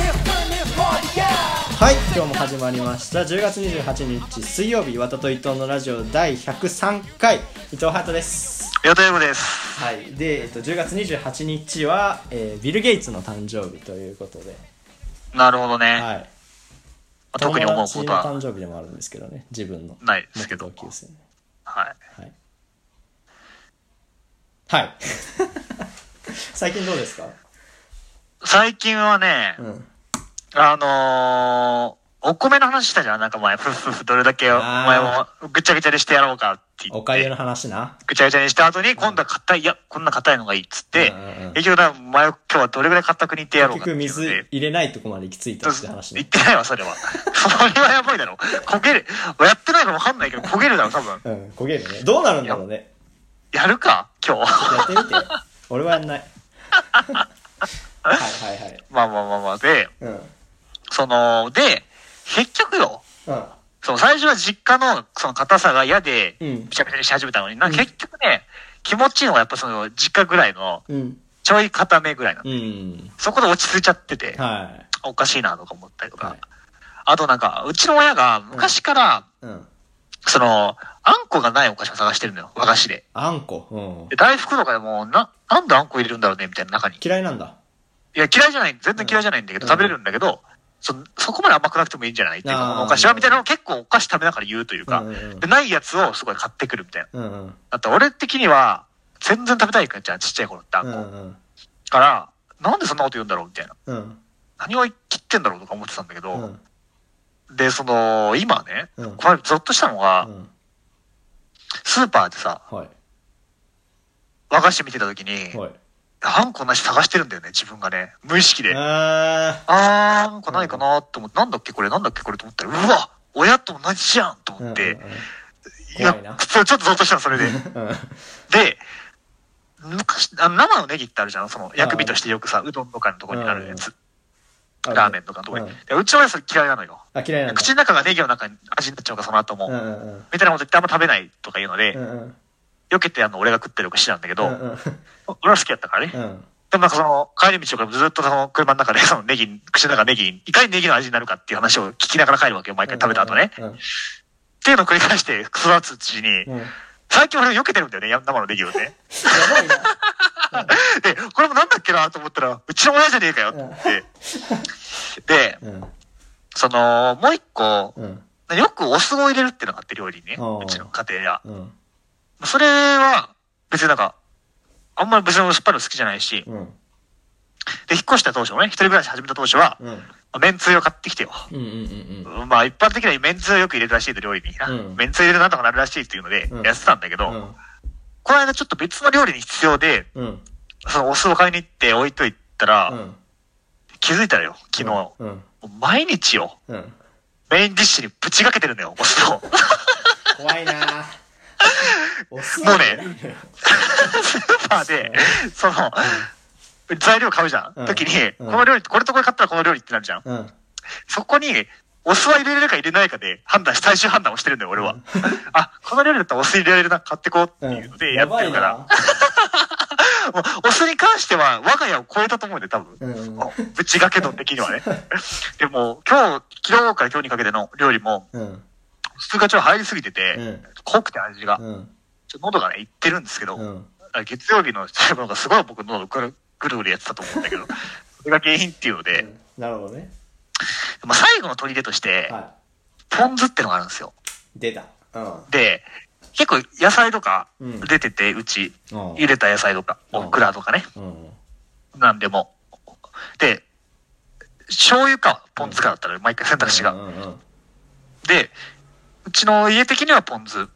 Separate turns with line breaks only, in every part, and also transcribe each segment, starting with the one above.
this, turn this party out
はい今日も始まりました10月28日水曜日岩田と伊藤のラジオ第103回伊藤ハートです
ヨタヨコです。
はいで、えっと、10月28日は、えービル・ゲイツの誕生日ということで、
なるほどね。
はい、
まあ特に思うこ
友
と
達の
は
誕生日でもあるんですけどね自分の
ないですけど
元同級生
はい。
はい、はい、 最近どうですか
最近はね、
ん
あのー、お米の話したじゃん、なんか前、ふっふっふ、どれだけお
あー
前もぐちゃぐちゃにしてやろうかって言
お
っ
かゆ
て、
の話な
ぐちゃぐちゃにした後に、今度は硬い、いや、こんな硬いのがいいっつって
うんうんうん、
結局、だからお前、今日はどれぐらい硬く煮てやろう
結
かってい
局
うので。
水入れないとこまで行き着いたって話
言
ね
ってないわ、それは。それはやばいだろ。焦げる。やってないか分かんないけど、焦げるだろ、多分。
うん焦げるねどうなるんだろうね
やるか、今日。
やってみて俺はやんないはいはいはい
まあまあまあまあ、で、
うんうん
その、で、結局よ、その最初は実家のその硬さが嫌で、
うん
びちゃびちゃにし始めたのに、なんか結局ね、気持ちいいのはやっぱその実家ぐらいの、
うん
ちょい硬めぐらいなの。
うん
そこで落ち着いちゃってて、
は
おかしいなとか思ったりと
い
か。
はい
あとなんか、うちの親が昔から、
うん
その、あんこがないお菓子を探してるのよ、和菓子で。
あんこうん
で大福とかでも、な、なんであんこ入れるんだろうね、みたいな中に。い
嫌いなんだ
や、嫌いじゃない、全然嫌いじゃないんだけど、
うん
食べれるんだけど、そ、そこまで甘くなくてもいいんじゃないっていう
あー
このお菓子は、みたいなのを結構お菓子食べながら言うというか、
うんうんうん
でないやつをすごい買ってくるみたいな。
うんうん
だって俺的には、全然食べたいからじゃん、ちっちゃい頃ってあん
う
こ。
んうん
から、なんでそんなこと言うんだろうみたいな。
うん
何を切ってんだろうとか思ってたんだけ
う
ど、
ん
で、その、今ね、
うん
これゾッとしたのが
う、ん
スーパーでさ、
は
和菓子見てた時に
い、はい
あんこなし探してるんだよね、自分がね。無意識で。
あ
あー、あんこないかなと思って、なんだっけこれ、なんだっけこれと思ったら、うわ親と同じじゃんと
ー
思って、い
怖いな
や、そうちょっとゾッとしたの、それで。
うんうんうん
で、昔、あの生のネギってあるじゃん、その薬味としてよくさ、うどんとかのところにあるやつ。ラーメンとかのとこに。
う
うんうちの親それ嫌いなのよ。
あ嫌いなんだ
口の中がネギの中に味になっちゃうから、その後も。
うんうんうん
みたいなこと言ってあんま食べないとか言うので、
うんうん
避けてあの俺が食ってるお菓子なんだけど、
うんうん
俺は好きだったからね。
うん
でもなんかその、帰り道とかでもずっとその車の中で、そのネギ、口の中ネギ、いかにネギの味になるかっていう話を聞きながら帰るわけよ、毎回食べた後ね。
うんうん
っていうのを繰り返して育つうちに、
うんや
最近俺避けてるんだよね、や生のネギをね。
ばいな
で、これもなんだっけなと思ったら、うちの親じゃねえかよって思って。で、
うん
その、もう一個、
うん
よくお酢を入れるっていうのがあって、料理にね。
ああ
うちの家庭や。
うん
それは、別になんか、あんまり別に酸っぱいの好きじゃないし、
うん
で、引っ越した当初もね、一人暮らし始めた当初は、
うん
めんつゆを買ってきてよ。
うんうん
まあ、一般的にはめんつゆをよく入れるらしいと、料理にな。
うん
めんつゆ入れるなんとかなるらしいっていうので
うん、
やってたんだけど、
うん
この間ちょっと別の料理に必要で、
うん
そ のお酢を買いに行って置いといたら、
うん
気づいたらよ、昨日。も
うん
う毎日よ、
うん
メインディッシュにぶちかけてるのよ、お酢を。
怖いなお酢
もうね スーパーで、その、材料買うじゃん。
うん
時に、
うん
この料理、これとこれ買ったらこの料理ってなるじゃん。
うん
そこに、お酢は入れれるか入れないかで判断し、最終判断をしてるんだよ、俺は。 あ、この料理だったらお酢入れられるな、買ってこうって
うん
いうのでや
や
って
ば
る
い
から。
な
も うお酢に関しては、我が家を超えたと思うんで、多分。
うん
ぶちがけ丼的に はね。でも、今日、昨日から今日にかけての料理も、
うん
酢がちょっと入りすぎてて、
うん
濃くて味が、
うん
ちょっと喉がね、いってるんですけど、
うん
月曜日の最後のがすごい僕喉ぐるぐるぐるやってたと思うんだけど、それが原因っていうので、
なるほどね
まあ、最後の取り出として、
は
ポン酢ってのがあるんですよ。
い出たうん
で、結構野菜とか
うん
出てて、うち、
うん
茹でた野菜とか、
うん
オクラとかね、
うん
なんでも。で、醤油か、ポン酢かだったら、毎回選択肢
う
が。
んうん
で、うちの家的にはポン酢。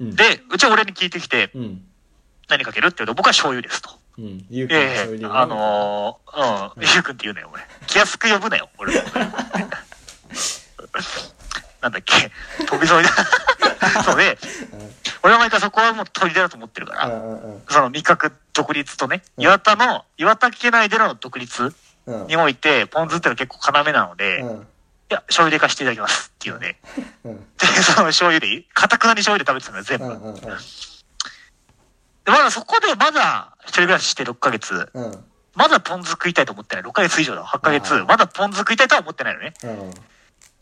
うん
で、うちは俺に聞いてきて、
うん
何かけるって言うと、僕は醤油ですと。
うん。ゆう
い
くん
や
そういう
い
理由ね
や、あのー、うん、ゆうくんって言うなよ、俺。気安く呼ぶなよ、俺の こと。なんだっけ、飛び添 いだ。そうで、俺は毎回そこはもう砦だと思ってるから、
うんうん
その味覚独立とね、
うん
岩田の、岩田家内での独立
うん。うん
において、ポン酢ってのは結構要なので、
う
い
ん。
や、醤油でいかしていただきますっていうので、
うん。
で、 その醤油でいい、かたくなに醤油で食べてたのよ、全
うん
部。
うん
でまだそこで、まだ、一人暮らしして6ヶ月、
うん。うん。
まだポン酢食いたいと思ってない。6ヶ月以上だ。8ヶ月
あー。
まだポン酢食いたいとは思ってないのね。
うん。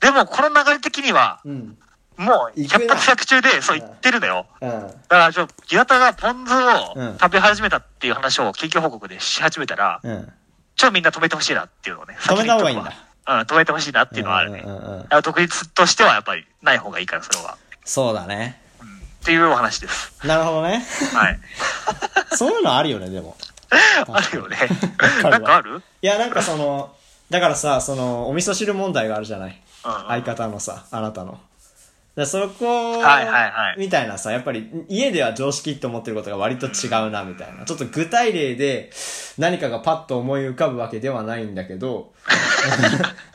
でも、この流れ的には、
うん。
もう、
行く
百
ね
発百中で、そう言ってるのよ。
うん。
だから、ちょ、岩田がポン酢
うん
を食べ始めたっていう話を緊急報告でし始めたら、
うん。
ちょ、みんな止めてほしいなっていうのをね。
止めた方がいいんだ
先に言っとくわ。うん、止めてほしいなっていうのはあるね。
うんうんうんうん
だから独立としてはやっぱりない方がいいから、それは。
そうだね。
っていうお話 です。
なるほどね。
はい。
そういうのあるよね、でも。
あるよね。
わ
なんかある
いや、なんかその、だからさ、その、お味噌汁問題があるじゃない。
うんうん
相方のさ、あなたの。でそこ、
はいはいはい
みたいなさ、やっぱり家では常識って思ってることが割と違うな、みたいな。ちょっと具体例で何かがパッと思い浮かぶわけではないんだけ ど、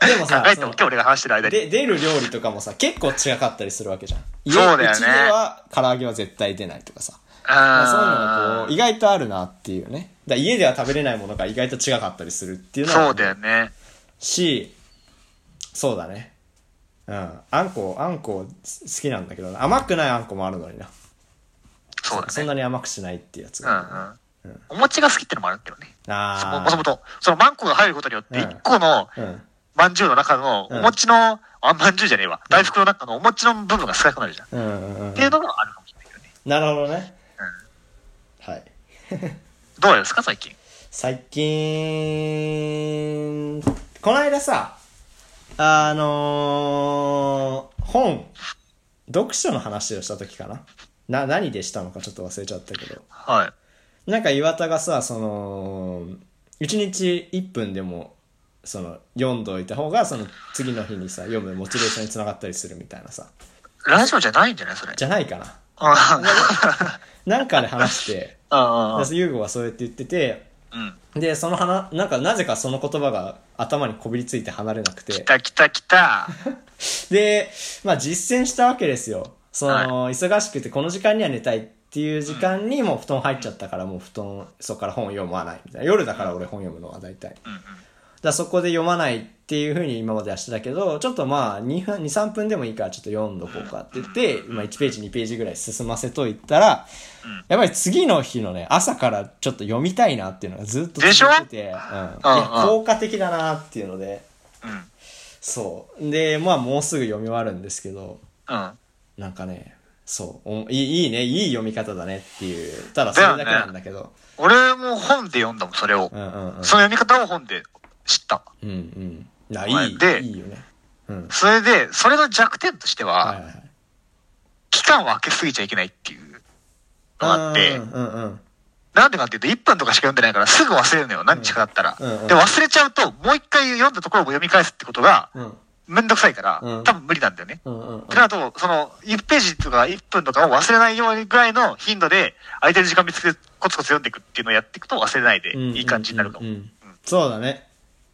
でもさ
考、え
そ
てお
の
け、俺が話してる間に。
で、出る料理とかもさ、結構違かったりするわけじゃん。家
そうだよね
うちでは唐揚げは絶対出ないとかさ。まあそういうのがこう、意外とあるなっていうね。だから家では食べれないものが意外と違かったりするっていうのは。
そうだよね。
し、そうだね。うん。あんこ、あんこす好きなんだけどな。甘くないあんこもあるのにな。
そうだ
そん
ね。
なに甘くしないってやつ
う
が。
んうん。お餅が好きってのもあるけどね。そも
あ
もともと、そのマンコが入ることによって、
うん
一個の
ー。うん。
まんじゅうの中の、
うん
お餅の、あ、まんじゅうじゃねえわ。大福の中のお餅の部分が少なくなるじゃん。っ
うんうんうん
て。いうのもあるかもしれないよね。
なるほどね。はい。
どうですか、最近。
最近、この間さ、あのー本、読書の話をした時かな。な、何でしたのかちょっと忘れちゃったけど。
はい。
なんか岩田がさその1日1分でもその読んどいた方がその次の日にさ読むモチベーションにつながったりするみたいなさ
ラジオじゃないんじゃないそれ。
じゃないかな
あ
なんかで話して
あ。
で優吾はそうやって言ってて
うん。
でその話なんかなぜかその言葉が頭にこびりついて離れなくて
来た来た来た。
で、まあ実践したわけですよ。その、忙しくてこの時間には寝たいっていう時間にもう布団入っちゃったから、もう布団、そこから本を読まないみたいな。夜だから俺本読むのは大体。だからそこで読まないっていうふうに今まではしてたけど、ちょっとまあ2分、2、3分でもいいからちょっと読んどこうかって言って、まあ1ページ、2ページぐらい進ませといたら、やっぱり次の日のね、朝からちょっと読みたいなっていうのがずっと続いてて、うん、いや効果的だなっていうので、
うん。
そう。で、まあもうすぐ読み終わるんですけど、
うん。
なんかね、そう、おいいいいね、いい読み方だねっていう、ただそれだけなんだけど、
俺も本で読んだもん、それを
う。んうんうん。
その読み方を本で知った。
うんうん。な、い、
はいで
いいよね。うん。
それで、それの弱点として
はいはい
は、
はい。
期間を空けすぎちゃいけないっていうのがあって
う、んうんうん。
なんでかっていうと、1分とかしか読んでないから、すぐ忘れるのよ、何日かだったら。
うんうん
で、忘れちゃうと、もう一回読んだところも読み返すってことが、
うん
めんどくさいから、
うん
多分無理なんだよね。
うんうんうん
ってなると、その、1ページとか1分とかを忘れないようにぐらいの頻度で、空いてる時間見つけて、コツコツ読んでいくっていうのをやっていくと忘れないで、
うん。
いい感じになるかも。
うんうんうんそうだね。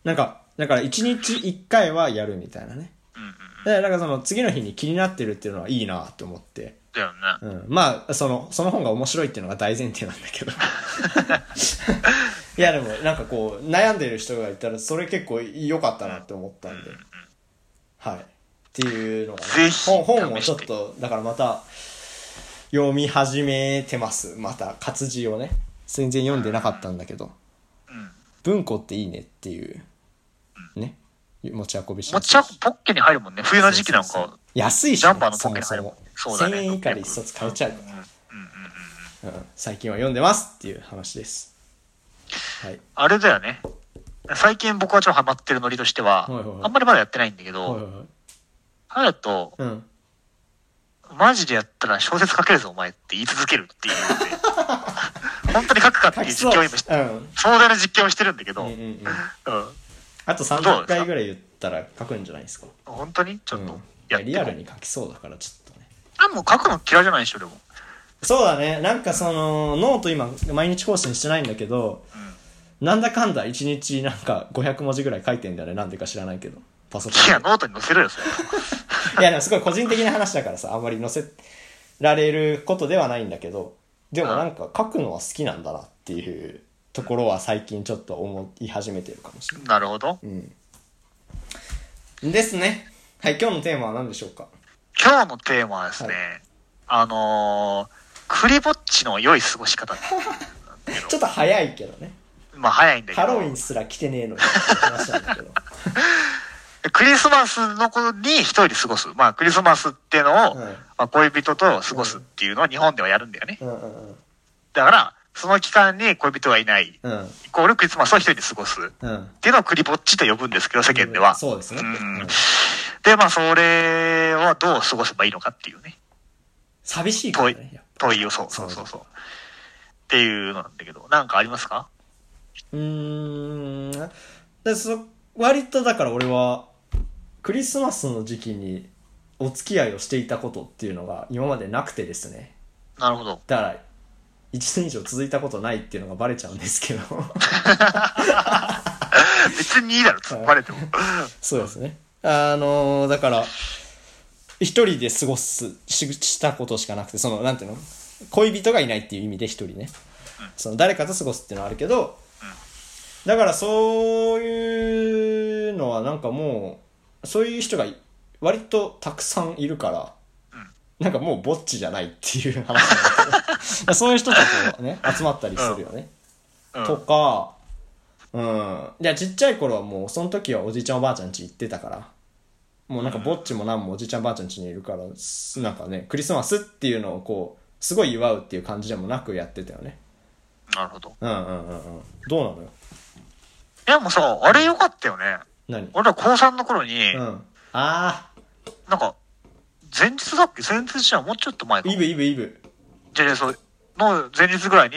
なんか、だから一日一回はやるみたいなね。
うんうん
で、だからその次の日に気になってるっていうのはいいなと思って。
だよね。
うん、まあそのその本が面白いっていうのが大前提なんだけ どいやでもなんかこう悩んでる人がいたらそれ結構良かったなって思ったんで、はいっていうのが、
ぜひ
本本を
試
ちょ
し
ってとだからまた読み始めてますまた活字をね全然読んでなかったんだけど、
ん
文庫っていいねっていうね持ち運びし
持
ます
ち運びポッケに入るもんね。冬の時期なん
そうそうそ
か
う、安いし、ね、
ジャンパーのポケに入
そ
る
もそ
そ
も
うだね
1000円以下で一冊買えちゃうから、うん最近は読んでますっていう話ですはい
あれだよね。最近僕はちょっとハマってるノリとしては、
はいはいはい
あんまりまだやってないんだ
は
け
い
ど、
はいはい
ハヤト、
うん
マジでやったら小説書けるぞ、お前って言い続けるっていう ので。本当に書くかって
書
いう
き
実
そう
況を今し
うん
壮大な実況をしてるんだけど、
う
うん
うん
ん。
うんあと30回ぐらい言ったら書くんじゃないですか
本当にちょ
う
っ
ん
と
い
や
や
って
リアル
に。
に書きそうだからちょっとね
あ、もう書くの嫌いじゃないでしょ、でも。
そうだね。なんかその、ノート今、毎日更新してないんだけど、なんだかんだ1日なんか500文字ぐらい書いてんだよね。なんでか知らないけど。パソコ
いや、
ン
ノートに載せろよ、それ。
で。いや、でもすごい個人的な話だからさ、あんまり載せられることではないんだけど、でもなんか書くのは好きなんだなっていうところは最近ちょっと思い始めてるかもしれ
なるほど。
ない。ですね。はい、今日のテーマは何でしょうか
今日のテーマはです
は
ね、
い
あのー、クリぼっちの良い過ごし方。
ちょっと早いけどね。
まあ、早いんだけ
ハ
ど。
ロウィンすら来てねえのにって話なんだけど。
クリスマスの子に一人で過ごす。まあ、クリスマスっていうのを、
うん
まあ、恋人と過ごすっていうのを日本ではやるんだよね。
うんうん
だから、その期間に恋人がいない、
うん。うん。
イコールクリスマスを一人で過ごす。っ
うん。
ていうのをクリぼっちと呼ぶんですけど、世間では。
そうですね。
ん
うん
で、まあ、それはどう過ごせばいいのかっていうね。
寂しいから
問い
ね。やっぱ、
問いを、そうそうそうそう。っていうのなんだけど、なんかありますか
うーん。でそ割とだから俺は、クリスマスの時期にお付き合いをしていたことっていうのが今までなくてですね。
なるほど。
だから、1年以上続いたことないっていうのがバレちゃうんですけど。
別にいいだろ、突っ張れても。
そうですね。あのーだから、一人で過ごすし、したことしかなくて、その、なんていうの恋人がいないっていう意味で一人ね。その、誰かと過ごすっていうのはあるけど、だからそういうのはなんかもう、そういう人がい割とたくさんいるから、なんかもうぼっちじゃないっていう話なんだけ どそういう人とこうね、集まったりするよね。
うん
とか、うん。いや、ちっちゃい頃はもう、その時はおじいちゃんおばあちゃん家行ってたから、もうなんかぼっちもなんもおじいちゃんおばあちゃん家にいるから、すなんかね、クリスマスっていうのをこう、すごい祝うっていう感じでもなくやってたよね。
なるほど。
うんうんうんうん。どうなのよ
いや、もうさ、あれよかったよね。
何うん。
俺ら高3の頃に、
ああ
なんか、前日だっけ前日じゃん、もうちょっと前か
ー、。イブイブイブ。
じゃあ、そう、の前日ぐらいに、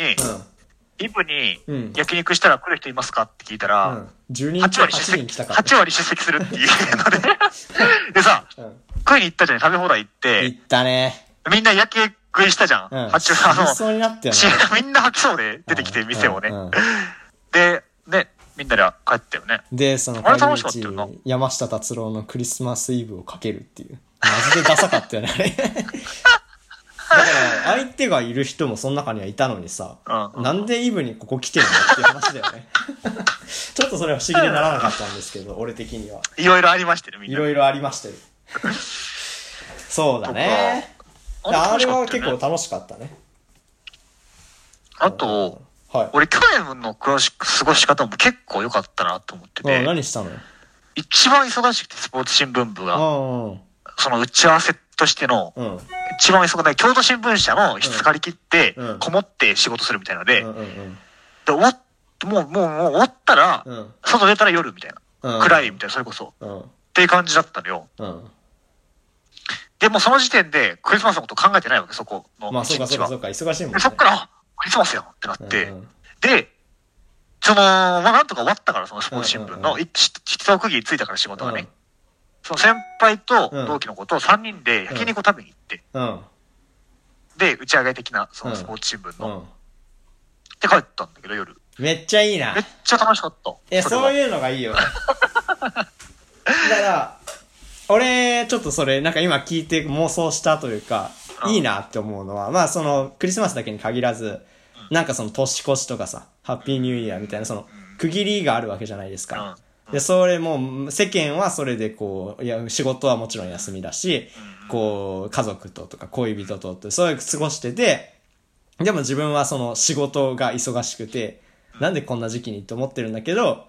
イブ
う
に
ん
焼肉したら来る人いますかって聞いた
うん。う
ら
ん、。10人
8
中
割
8
出
人
席、
来たから。
8割出席するっていうので、 でさ、
うん。
食いに行ったじゃん、食べ放題行って
行、ったね。
みんな焼き食いしたじゃん。
うん。
八割、あの
死に、そうになったよ
し
ね。
みんな吐きそうで出てきて、店をね
うん。うん
で、ね、みんなで帰ったよね。
で、その
あれ
帰
楽しかった
り
よ
道
な
に山下達郎のクリスマスイブをかけるっていう。マジでダサかったよね、あ れ。だから、相手がいる人もその中にはいたのにさ、
うん
なんでイブにここ来てるのっていう話だよね。 ちょっとそれは不思議にならなかったんですけど、俺的には。
いろいろありましたね、みん
い
な。
ろいろありましたよ。そうだね。
とか
あ
あ
れ
れ
は
楽しかっ
結
たよね
構楽しかったね。
あと、
はい。
俺去年のクラシック過ごし方も結構良かったなと思って
うん
て、
何したのよ。
一番忙しくてスポーツ新聞部が、
う
その打ち合わせとしての、
んうんうん。うん
一番忙しくて、京都新聞社の室借り切って
うん、
こもって仕事するみたいなので、
うん
で、
うん
終わっ、もう、もう、もう終わったら
う、ん。
外出たら夜みたい
うん
な。暗いみたいな、それこそ。っ
うん。
ていう感じだったのよ。
うん。
でもその時点でクリスマスのこと考えてないわけ、そこ
ま
の
あ、
一
そうかそう
日
か
は。
そうか、忙しいもん
で
ね。
そっから、あクリスマスやんってなって、
うんうん
で、その、まあ、なんとか終わったから、そのスポーツ新
うん
聞
うんうん
の、一一区切りついたから仕事がね、
うん
その先輩と同期の子と3人で焼肉を食べに行って、
うん。
で、打ち上げ的な、そ
うん
のスポーツ新聞
う
の、
ん。
で帰ったんだけど、夜。
めっちゃいいな
めっ。ちゃ楽しかった。
え、
れは
そういうのがいい よね。だから、俺、ちょっとそれ、なんか今聞いて妄想したというか、
うん
いいなって思うのは、まあその、クリスマスだけに限らず、なんかその年越しとかさ、ハッピーニューイヤーみたいな、その、区切りがあるわけじゃないですか。で、それもう、世間はそれでこう、いや、仕事はもちろん休みだし、こう、家族ととか恋人とって、そういう過ごしてて、でも自分はその仕事が忙しくて、なんでこんな時期にって思ってるんだけど、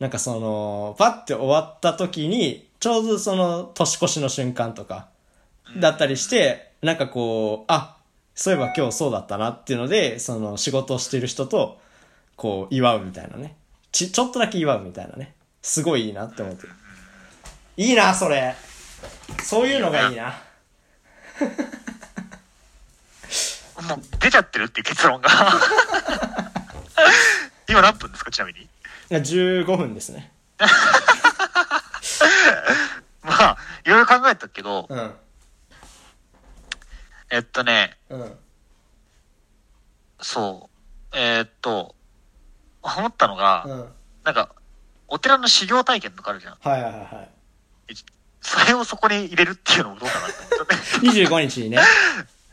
なんかその、パッて終わった時に、ちょうどその年越しの瞬間とか、だったりして、なんかこう、あ、そういえば今日そうだったなっていうので、その仕事をしてる人と、こう、祝うみたいなね。ち、ちょっとだけ祝うみたいなね。すごいいいなって思ってる。いいな、それ。そういうのがいいな。
もう出ちゃってるっていう 結論が。今何分ですか、ちなみに。
15分ですね。
まあ、いろいろ考えたけど、
うん。
えっとね、
うん。
そう。えーっと、思ったのが、
うん。はい
なんか、お寺の修行体験とかあるじゃん。
はいはいはい。
それをそこに入れるっていうのもどうかなって思っちゃって。
25日にね、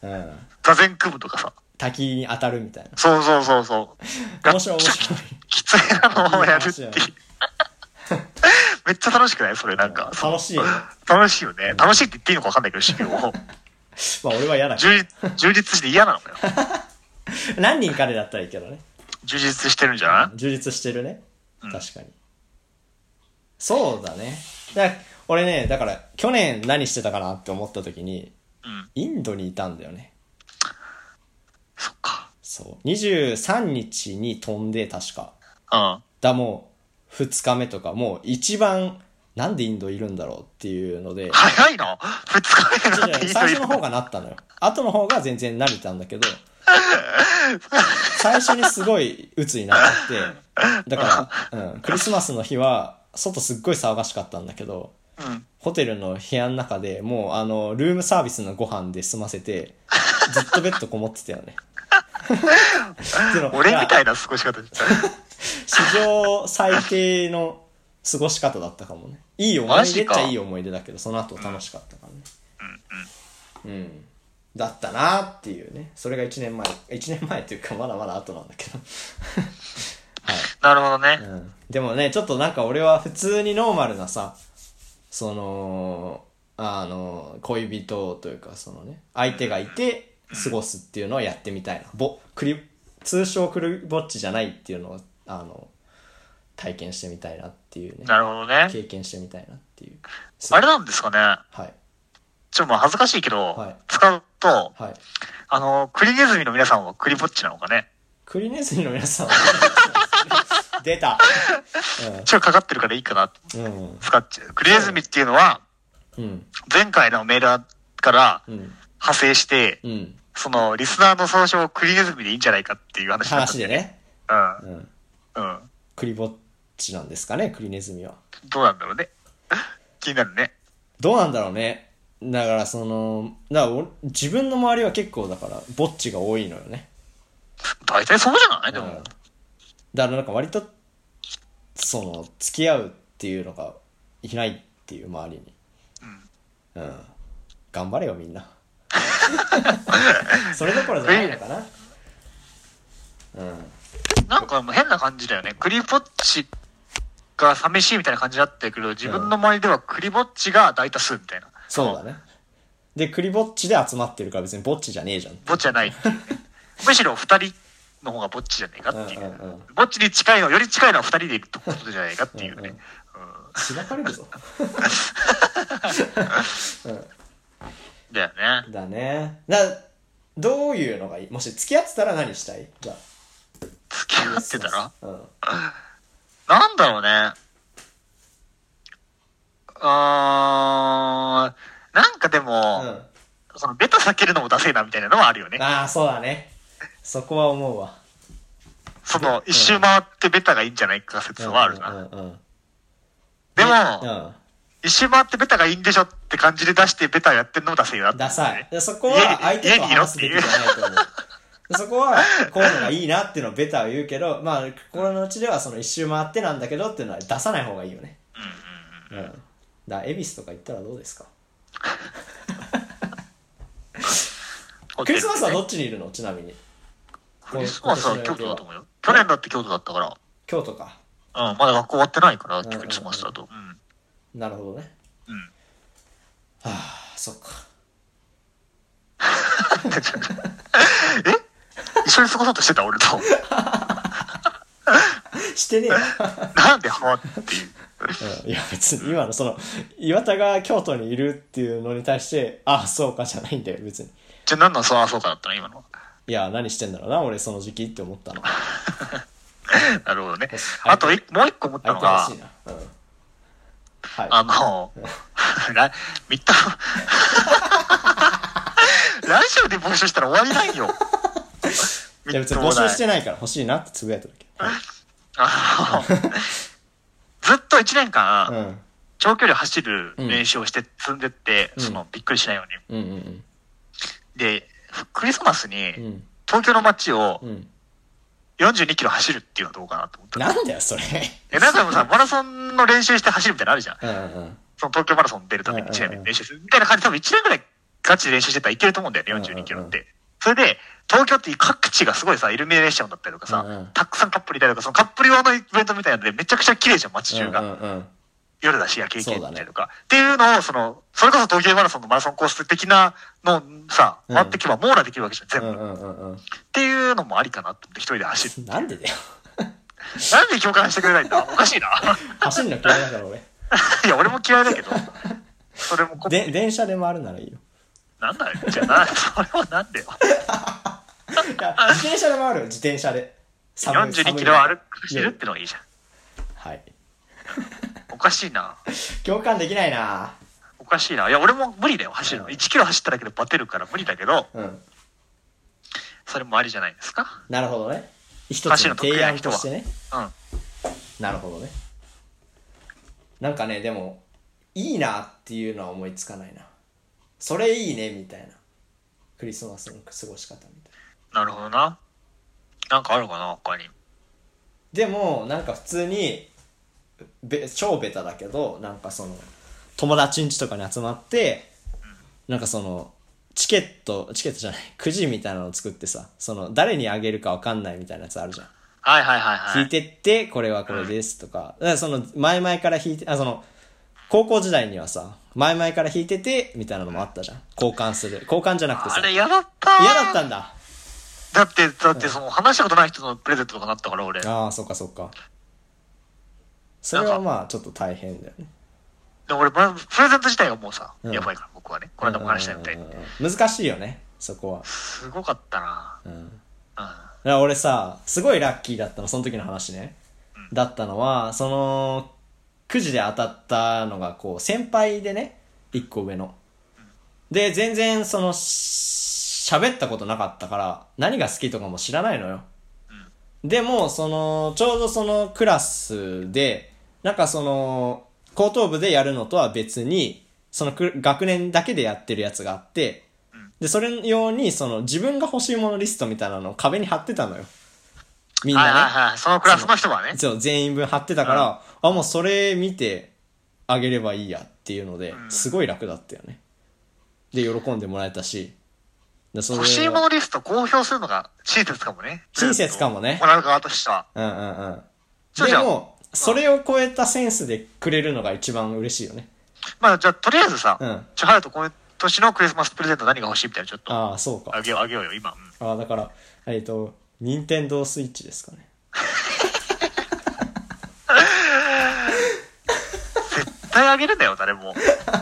うん。
座禅組むとかさ。
滝に当たるみたいな。
そうそうそうそう。
面白い面白い。
きついなのをやるっていう
いい話だよ。
めっちゃ楽しくないそれなんか。
楽しい よね。
楽しいよね。楽しいって言っていいのか分かんないけど、修行を。
まあ俺は嫌だけ
充実充実して嫌なのよ。
ど。何人かでだったらいいけどね。
充実してるんじゃない
充実してるね。
うん
確かに。そうだね。だ俺ね、だから去年何してたかなって思った時に、
うん。
インドにいたんだよね。
そっか。
そう。23日に飛んで、確か。
うん。
だもう2日目とかもう一番なんでインドいるんだろうっていうので
早いの二日目なんていいの
最
に
初の方がなったのよ後の方が全然慣れたんだけど最初にすごい鬱になっちゃってだから、うん、クリスマスの日は外すっごい騒がしかったんだけど
うん。
ホテルの部屋の中でもうあのルームサービスのご飯で済ませてずっとベッドこもってたよ ねでも
俺み
や
たいな過ごし方しちゃう。
史上最低の過ごし方だったかもね。いい思い出っちゃいい思い出だけど、その後楽しかったからね。うん、うん。だったなっていうね。それが1年前。1年前っていうか、まだまだ後なんだけど。
なるほどね。
うん。でもね、ちょっとなんか俺は普通にノーマルなさ、その、あの、恋人というか、そのね、相手がいて過ごすっていうのをやってみたいな。ぼ、クリ、通称クルぼっちじゃないっていうのを、あの、体験してみたいなっていうね。
なるほどね。
経験してみたいなっていう。
あれなんですかね。
はい。
ちょっとまあ恥ずかしいけど、
はい
使うと、
はい。
あの、クリネズミの皆さんはクリぼっちなのかね。
クリネズミの皆 さんは出た。
ちょっとかかってるからいいかなって
うん。うん。
使っちゃう。クリネズミっていうのは、
うん。
前回のメールから
うん。
派生して、
うん。
その、リスナーの総称をクリネズミでいいんじゃないかっていう話だった
話
んだ
で
よね。
ね。
う
うん。
ん。うん。
クリぼっちなんですかね、クリネズミは。
どうなんだろうね。気になるね。
どうなんだろうね。だからその、だから俺自分の周りは結構だから、ぼっちが多いのよね。
大体そうじゃないで
うん。
も、
だからなんか割と、その、付き合うっていうのがいないっていう周りに。うん。頑張れよみんな。 それどころじゃないのかな。うん。
なんかもう変な感じだよね。クリぼっちが寂しいみたいな感じになってくるけど、自分の周りではクリぼっちが大多数みたいな。
そうだね。で、クリぼっちで集まってるから別にぼっちじゃねえじゃん。
ぼっちじゃない っていうねむしろ二人の方がぼっちじゃねえかっていう
うんうんうん。
ぼっちに近いの、より近いのは二人でいるってことじゃないかっていうね。
うんしばかれるぞ。
だよね。
だね。だ、どういうのがいいもし付き合ってたら何したいじゃあ。
付き合ってたら
うん。
なんだろうね。あー、なんかで
う
も、
ん。
そのベタ避けるのもダセえなみたいなのはあるよね。
ああ、そうだね。そこは思うわ。
その、一周回ってベタがいいんじゃないか説はある
うん
な。
うんうん。
で
う
も、
ん。
一周回ってベタがいいんでしょって感じで出してベタやってんのもダセえよなって
ダサい。でそこ
家
は
に
相手と
家にいろ
話
っ
す
て
べき
い
じ
う
ゃないと思う。でそこは、こういうのがいいなっていうのをベタは言うけど、まあ、心の内ではその一周回ってなんだけどっていうのは出さない方がいいよね。うんうん。だから、恵比寿とか行ったらどうですか
ホ
ク
テ
リ
ル
スマスはどっちにいるのちなみに。
クリスマスは京都だと思うよ。去年だって京都だったから。
京都か。
うん、まだ学校終わってないから、
んうん
クリスマスだと。うん。
なるほどね。
うん
はあ、そっか。
一緒に過ごそうとしてた俺と。
してねえよ。
なんでハマっていう。
うんいや別に今のその岩田が京都にいるっていうのに対してああそうかじゃないんだよ別に
じゃあ何のそうあそうかだったの今のは。
いや何してんだろうな俺その時期って思ったの
なるほどね。
はい
あとい、もう一個思った
相
の
手ら
が
しい、なうんはい
あの、 ラ、ミッド、 ラジオで募集したら終わりな いよ。
いや別に募集してないから欲しいなってつぶやいた時、はい
あの、 ずっと1年間、
うん、
長距離走る練習をして積んでって、そのびっくりしないように。
うんうん
で、クリスマスに、
うんうん
東京の街を
うん。
42キロ走るっていうのはどうかなと思った。
なんだよ、それ。
え、なんかもうさ、マラソンの練習して走るみたいなのあるじゃん。
うんうん。
その東京マラソン出るために1年で練習するみたいな感じで、多分1年ぐらいガチで練習してたらいけると思うんだよね、42キロって。それで、東京って各地がすごいさ、イルミネーションだったりとか
うんうん
さ、たくさんカップルいたりとか、そのカップル用のイベントみたいなので、めちゃくちゃ綺麗じゃん、街中
うん
が。
うん
夜だし、夜景
そ
景
うだ
だっ
ね
たりとか。っていうのを、その、それこそ東京マラソンのマラソンコース的なのをさ、
うん
回ってけば網羅できるわけじゃん、全
うん。う
部。
んうんうんうん。
っていうのもありかなと思って、一人で走る。
なんでだよ。
なんで共感してくれないんだおかしいな。
走るの嫌いだから俺。
いや、俺も嫌いだけど。それもこ、
で、電車で回るならいいよ。
なんだよ。じゃあな、それはなんだ
い
よ。
や自転車で回るよ、自転車で。寒い
42キロ歩
寒い
く、走るってのがいいじゃん。
はい。
おかしいな。
共感できないな
おかしいな。いや、俺も無理だよ、走るの。1キロ走っただけでバテるから無理だけど、
うん。
それもありじゃないですか。
なるほどね。一つの
走るの得意
提
な
案
人
と
は
してね。
うん。
なるほどね。なんかね、でも、いいなっていうのは思いつかないな。それいいね、みたいな。クリスマスの過ごし方みたいな。
なるほどな。なんかあるかな、他に。
でも、なんか普通に、べ超ベタだけど、なんかその、友達ん家とかに集まって、なんかその、チケット、チケットじゃない、くじみたいなのを作ってさ、その、誰にあげるかわかんないみたいなやつあるじゃん。
はいはいはいは
引い
い。
てって、これはこれですとか、だからその、前々から引いて、あ、その、高校時代にはさ、前々から引いてて、みたいなのもあったじゃん。交換する。交換じゃなくて
あ
さ、
れ、嫌だった。
嫌だったんだ。
だって、だって、その、話したことない人のプレゼントとかなったから、俺。で
ああ、そっかそっか。それはまあ、ちょっと大変だよね。
も俺、まプレゼント自体がもうさ、
うん
やばいから、僕はね。この間も話したみたいに。
うん難しいよねそこは、
すごかったな。
うん、だか
うん。
ら俺さすごいラッキーだったのその時の話ね、だったのはそのくじで当たったのがこう先輩でね1個上ので全然そのし喋ったことなかったから何が好きとかも知らないのよ、でもそのちょうどそのクラスでなんかその後頭部でやるのとは別にそのく学年だけでやってるやつがあってでそれ用にその自分が欲しいものリストみたいなのを壁に貼ってたのよみん
はいはい
な
はい。そのクラスの人はね
ね。そう全員分貼ってたから、あもうそれ見てあげればいいやっていうのですごい楽だったよねで喜んでもらえたしでそれ
欲しいものリスト公表するのが親切かもね。
親切かもね
もらう側としては。
うんうんうん
そうじ
で
ゃん
もそれを超えたセンスでくれるのが一番嬉しいよね
まあ、じゃあ、とりあえずさ、
うん
ちょ、ハヤト、この年のクリスマスプレゼント何が欲しいみたいな、ちょっと、
ああそうか
あげよう、あげようよ、今。うん
ああだからえっ、と任天堂スイッチですかね
絶対あげるんだよ、誰も。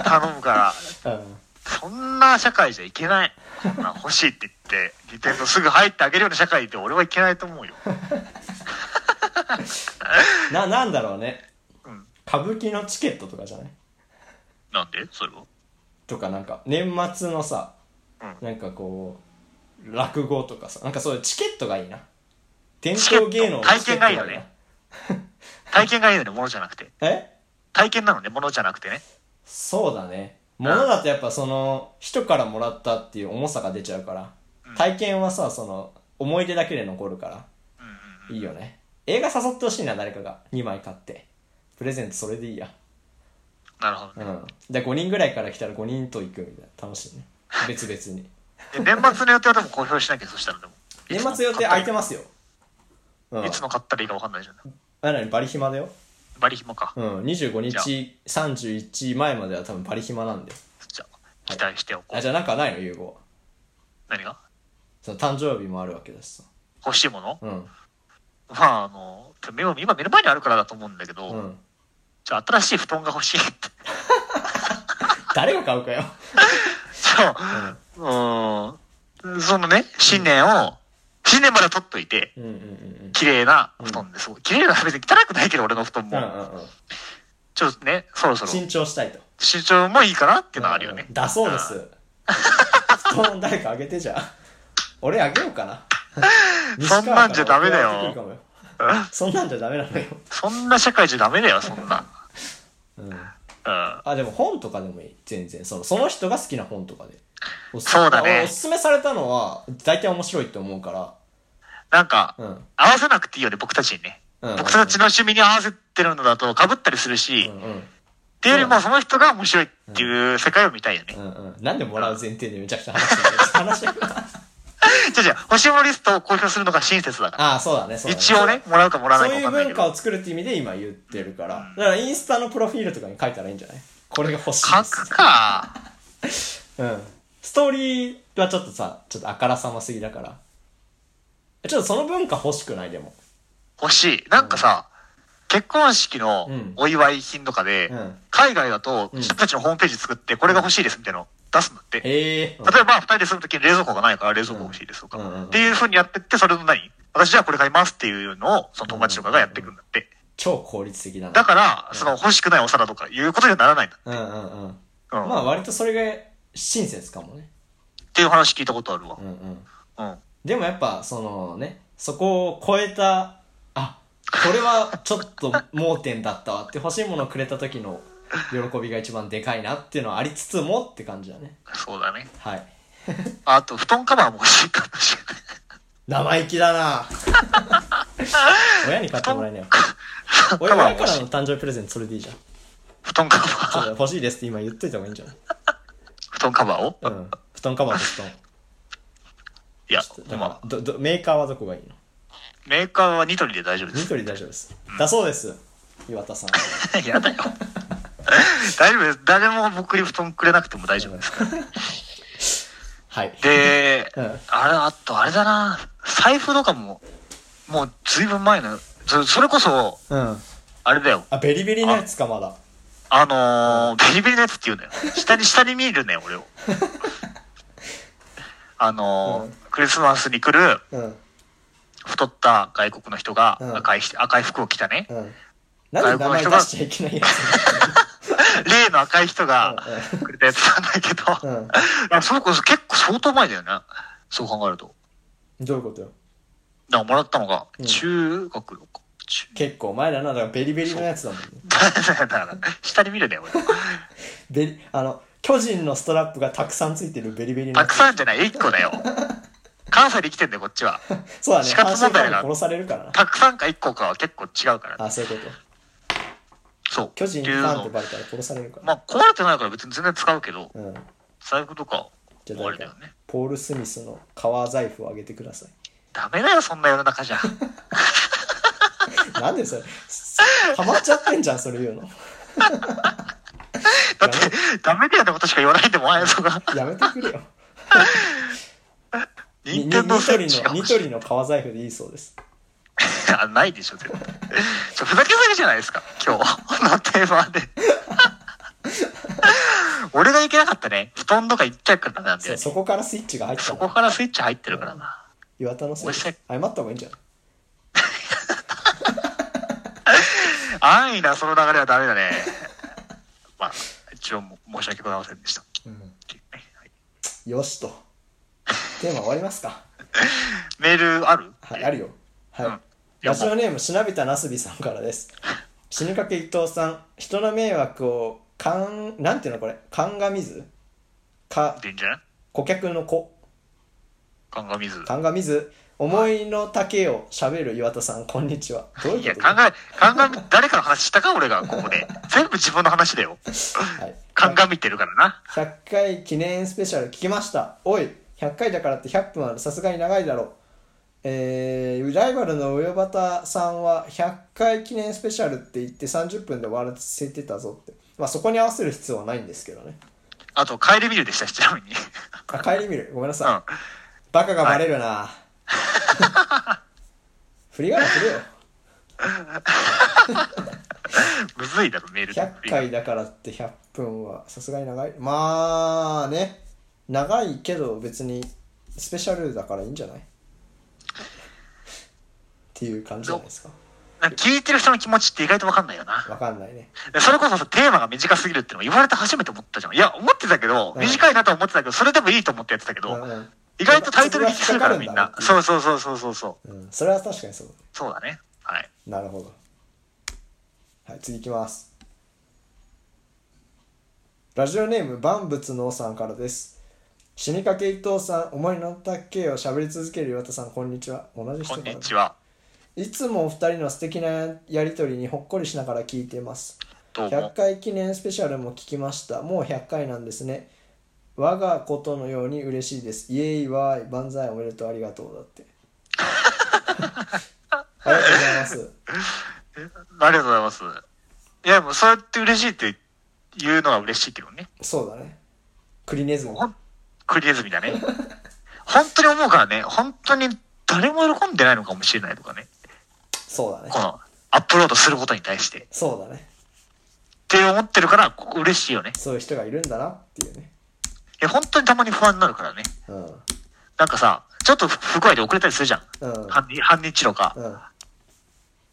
頼むから。
うん
そんな社会じゃいけない。そんな欲しいって言って、リテンドすぐ入ってあげるような社会で俺はいけないと思うよ。
ななんだろうね
うん。
歌舞伎のチケットとかじゃない
なんでそれを。
とかなんか年末のさ、
う
なんかこう落語とかさなんかそういうチケットがいいな伝
チケッ
統
ト
芸能の
体験がいいよね
チケッ
体験がいいので、ものじゃなくて。
トがいいなえ
体験なので、ものじゃなくてね。
そうだね物だとやっぱその人からもらったっていう重さが出ちゃうから、体験はさその思い出だけで残るから、いいよね映画誘ってほしいな誰かが2枚買ってプレゼントそれでいいや
なるほど
う
ね。
んで5人ぐらいから来たら5人と行くみたいな楽しいね別々 に
で年末の予定はでも公表しなきゃ、そしたらでも。
年末予定空いてますようん
いつの買ったらいいか分かんないじゃん。
あなにバリ暇だよ
バリ暇か
う。ん25
じゃあ
日31前までは多分バリ暇なんで
じゃあ、期待しておこう。
あじゃあなんかないの融合
何が
その誕生日もあるわけだしさ
欲しいもの、
うん
まあ、あの、目を今目の前にあるからだと思うんだけど、
うん
じゃあ、新しい布団が欲し いって。
誰が買うかよ
そう。うん。そのね、新年を、新年まで取っといて、
うんうんうんうん
綺麗な布団ですごい。綺麗な、別に汚くないけど、俺の布団
うんう
も。
んうん
ちょっとね、そろそろ、
新調したいと
身長もいいかなっていうのはあるよね。
だそうです。 布団誰かあげてじゃあ。俺あげようかな。
そんなんじゃダメだよ
西川から送られてくるかもよ そんなんじゃダメなのよ。
そんな社会じゃダメだよ、そんな。
うん
うん。
あ、でも本とかでもいい。全然。そのその人が好きな本とかで。おす
そうだね
おすすめされたのは、大体面白いって思うから。
なんか、
うん
合わせなくていいよね、僕たちにね。
うん
僕たちの趣味に合わせてるのだと被ったりするし、
う
っ
んうん。
ていうよりもその人が面白いっていう世界を見たいよね。
うんうん。なんでもらう前提でめちゃくちゃ話してる話が
じゃじゃ星もリストを公表するのが親切だから。
ああ、そうだね、そうだ
一応ね、もらうかもらわ
そ
な
う
い
いう
か分か
ん
ない
文
け
化
ど。
を作るって意味で今言ってるから。だからインスタのプロフィールとかに書いたらいいんじゃないこれが欲しい
書
です
く。か。
うん。ストーリーはちょっとさ、ちょっとあからさますぎだから。ちょっとその文化欲しくないでも。
欲しい。なんかさ、結婚式の
うん
お祝い品とかで、
うん
海外だと、
ん
人たちのホームページ作って、これが欲しいですみたいなのを出すんだって。
へえ。
例えば、二人で住むときに冷蔵庫がないから冷蔵庫欲しいですとか、
うんうんうん
っていう風にやってって、それの何私じゃあこれ買いますっていうのを、その友達とかがやってくんだって。
超効率的だな。
だから、その欲しくないお皿とかいうことにはならないんだ。
うんうんうん。
うん。
まあ割とそれが親切かもね。
っていう話聞いたことあるわ
う。んうん。
うん。
でもやっぱそのね、そこを超えた、あ、これはちょっと盲点だったわって欲しいものをくれた時の喜びが一番でかいなっていうのはありつつもって感じだね。
そうだね。
はい。
あと、布団カバーも欲しいかもしれない。
生意気だな 親に買ってもらえね えよ。
布
親
団
親
カバーも
か
欲し
ら
い。
の誕生日プレゼントそれでいいじゃん。
布団カバ
ちょっ
ー。
と欲しいですって今言っといた方がいいんじゃない
布団カバーを
うん。布団カバーと布団。
いや、
だ
ま
からどどメーカーはどこがいいの
あ、メーカーはニトリで大丈夫で
ニ
す。
トリ大丈夫です。だそうです。岩田さん。
やだよ。 大丈夫です。誰も僕に布団くれなくても大丈夫です。
はい。
で、
うん
あれ、あと、あれだな、財布とかも、もうずいぶん前の、そそれこそ、
うん。
あれだよ、
あ、ベリベリのやつか、まだ。
あのー、ベリベリのやつって言うのよ。下に、下に見るね、俺を。あのー
うん
クリスマスに来る
うん。
太った外国の人が
うん
赤い人、赤い服を着たね。
うん。なんで名前出しちゃいけないや
例の赤い人が
うん
くれたやつなんだけ
つ。う
ど、
ん。
あそれこそ結構相当前だよね。そう考えると。
どういうことよ。
だからもらったのが、
ん
中学のか。中
結構前だな。だからベリベリのやつだもんね。
だから、 下に見るね、俺。
ベリ、あの、巨人のストラップがたくさんついてるベリベリの
た
や
く
つ。
さんじゃない、一個だよ。関西で生きてんだよ、こっちは。
そうだね。
死活
半
問
身
題
間
が
に殺されるからな。
たくさんか一個かは結構違うから、ね。
あ、そういうこと。
そう。
巨人
っ
フ
ていう
ァンって
の。
バレたら殺されるから。
まあ、壊れてないから別に全然使うけど、
うん。
財布とか、
じゃ
壊
あ
れ
誰
だよ
か
ね。、
ポール・スミスの革財布をあげてください。
ダメだよ、そんな世の中じゃ。
なんでそれ、ハマっちゃってんじゃん、それ言うの。
だって、ダメだよってことしか言わないんでもん、あや そが。
やめてくれ よ。に
任
ニ
天堂ス
ト
イッ
リ
チ
の、
が
ニ
欲
ト
しい。
リの革財布でいいそうです。
あ、 ないでしょ、絶対。ちょふざけすぎじゃないですか、今日 のテーマ で。俺がいけなかったね。布団とか行っちゃうからダメなんだよ
そうそ
ね。
こからスイッチが入った
そ
の
こからスイッチ入ってるからな。
岩田のせいで
お
謝
い
った方がいいんじゃない
安易なその流れはダメ だね。まあ、一応も申し訳ございませんでした。はい
よしと。テーマ終わりますか。
メールある
はい、あるよ。はい。
うん
ラジオネーム、しなびたなすびさんから です。死にかけ伊藤さん、人の迷惑を、かん、なんていうのこれ、鑑みずか、
でいいんじゃない
顧客の子、
鑑みず。
鑑みず、思いの丈を喋る岩田さん、こんにちは。どう
い
いう
や、
こ
考
と
え、鑑み、誰かの話したか俺が、ここで。全部自分の話だよ。
はい。
鑑みてるからな。
100回記念スペシャル聞きましたおい100回だからって100分あるさすがに長いだろうえー、ライバルの上端さんは100回記念スペシャルって言って30分で終わらせてたぞってまあそこに合わせる必要はないんですけどね
あと、帰り見るでした、ちなみに。
あ帰り見るごめんな
う
さい、
ん。あ
バカがバレるな、 振り仮名振れよ
むずいだろ、メール
100回だからって100分はさすがに長いまあね長いけど別にスペシャルだからいいんじゃないっていう感じじゃないですか
なんか聞いてる人の気持ちって意外とわかんないよな。
わかんないね
それこそさテーマが短すぎるってのを言われて初めて思ったじゃん。いや、思ってたけど、
うん
短いなとは思ってたけど、それでもいいと思ってやってたけど、
うんうん
意外とタイトルにするから
そこが
み
引
ん
っかかる
な
ん。だ
そうそうそうそうそうそう。
うんそれは確かにそうだね
そうだね。はい。
なるほどはい次いきますラジオネーム万物の王さんからです死にかけ伊藤さん、思いのったけを喋り続ける岩田さん、こんにちは。同じ人
こ
か
ん
な
にちは。
いつもお二人の素敵なやりとりにほっこりしながら聞いています。
どう
100
も。
回記念スペシャルも聞きました。もう100回なんですね。我がことのように嬉しいです。イエーイわーい、万歳おめでとう、ありがとう。だ って。ありがとうございます。
ありがとうございます。いや、もうそうやって嬉しいって言うのは嬉しいけどね。
そうだね。クリネズム。
ほん、クリネズミ だね。本当に思うからね、本当に誰も喜んでないのかもしれないとかね。
そうだね
こ。の、アップロードすることに対して。っ
そうだね。
て思ってるから、こ嬉しいよね。
そういう人がいるんだなっていうね。
いや、本当にたまに不安になるからね。
うん。
なんかさ、ちょっと不具合で遅れたりするじゃん。
うん。
半日、半日とか。
うん。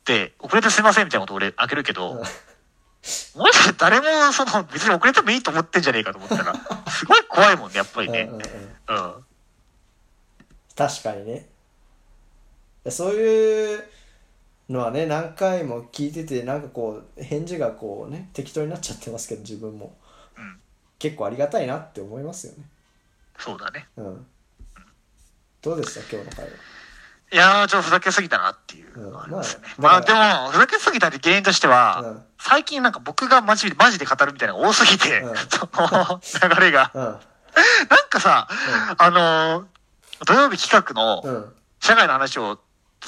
で、遅れてすいませんみたいなこと俺開けるけ
う
ど、
ん
もし誰もその別に遅れてもいいと思ってんじゃねえかと思ったら、すごい怖いもんね、やっぱりね。
う
う
う
ん
ん
ん
うん確かにねそういうのはね何回も聞いててなんかこう返事がこうね適当になっちゃってますけど自分も、
うん
結構ありがたいなって思いますよね
そうだね。
うんどうでした今日の会
いやー、ちょっとふざけすぎたなっていうのはありますね。
うんま
ま
あ
あでも、ふざけすぎたって原因としては、
うん
最近なんか僕がマジで、マジで語るみたいなのが多すぎて、
うん
その流れが。
話
なんかさ、あのー土曜日企画
う
の
んうん
社会の話を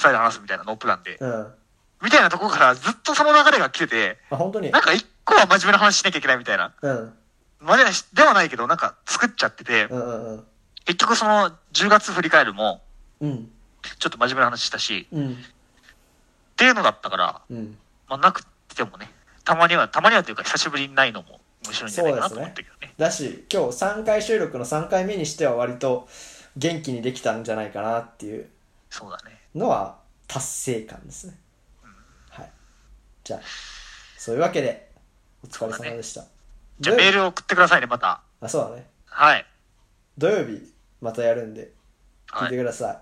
伝えで話すみたいなノープランで、
うんあ
みたいなとこからずっとその流れが来てて、
本当に
なんか一個は真面目な話しなきゃいけないみたいな。
うん
真面目なしではないけど、なんか作っちゃってて、
うんうんうん
結局その10月振り返るも、
うん
ちょっと真面目な話したし、
うん
っていうのだったから、
うん
まあなくてもね、たまには、たまにはというか久しぶりにないのも面白いんじゃないかなと思ったけどね。
だし今日3回収録の3回目にしては割と元気にできたんじゃないかなっていう
そうだね。
のは達成感ですね、はいじゃあそういうわけでお疲れ様でした、
じゃあメー
ル
ルを送ってくださいね、また。
あそうだね
はい。
土曜日またやるんで聞
はいい。あ
て
り
くださ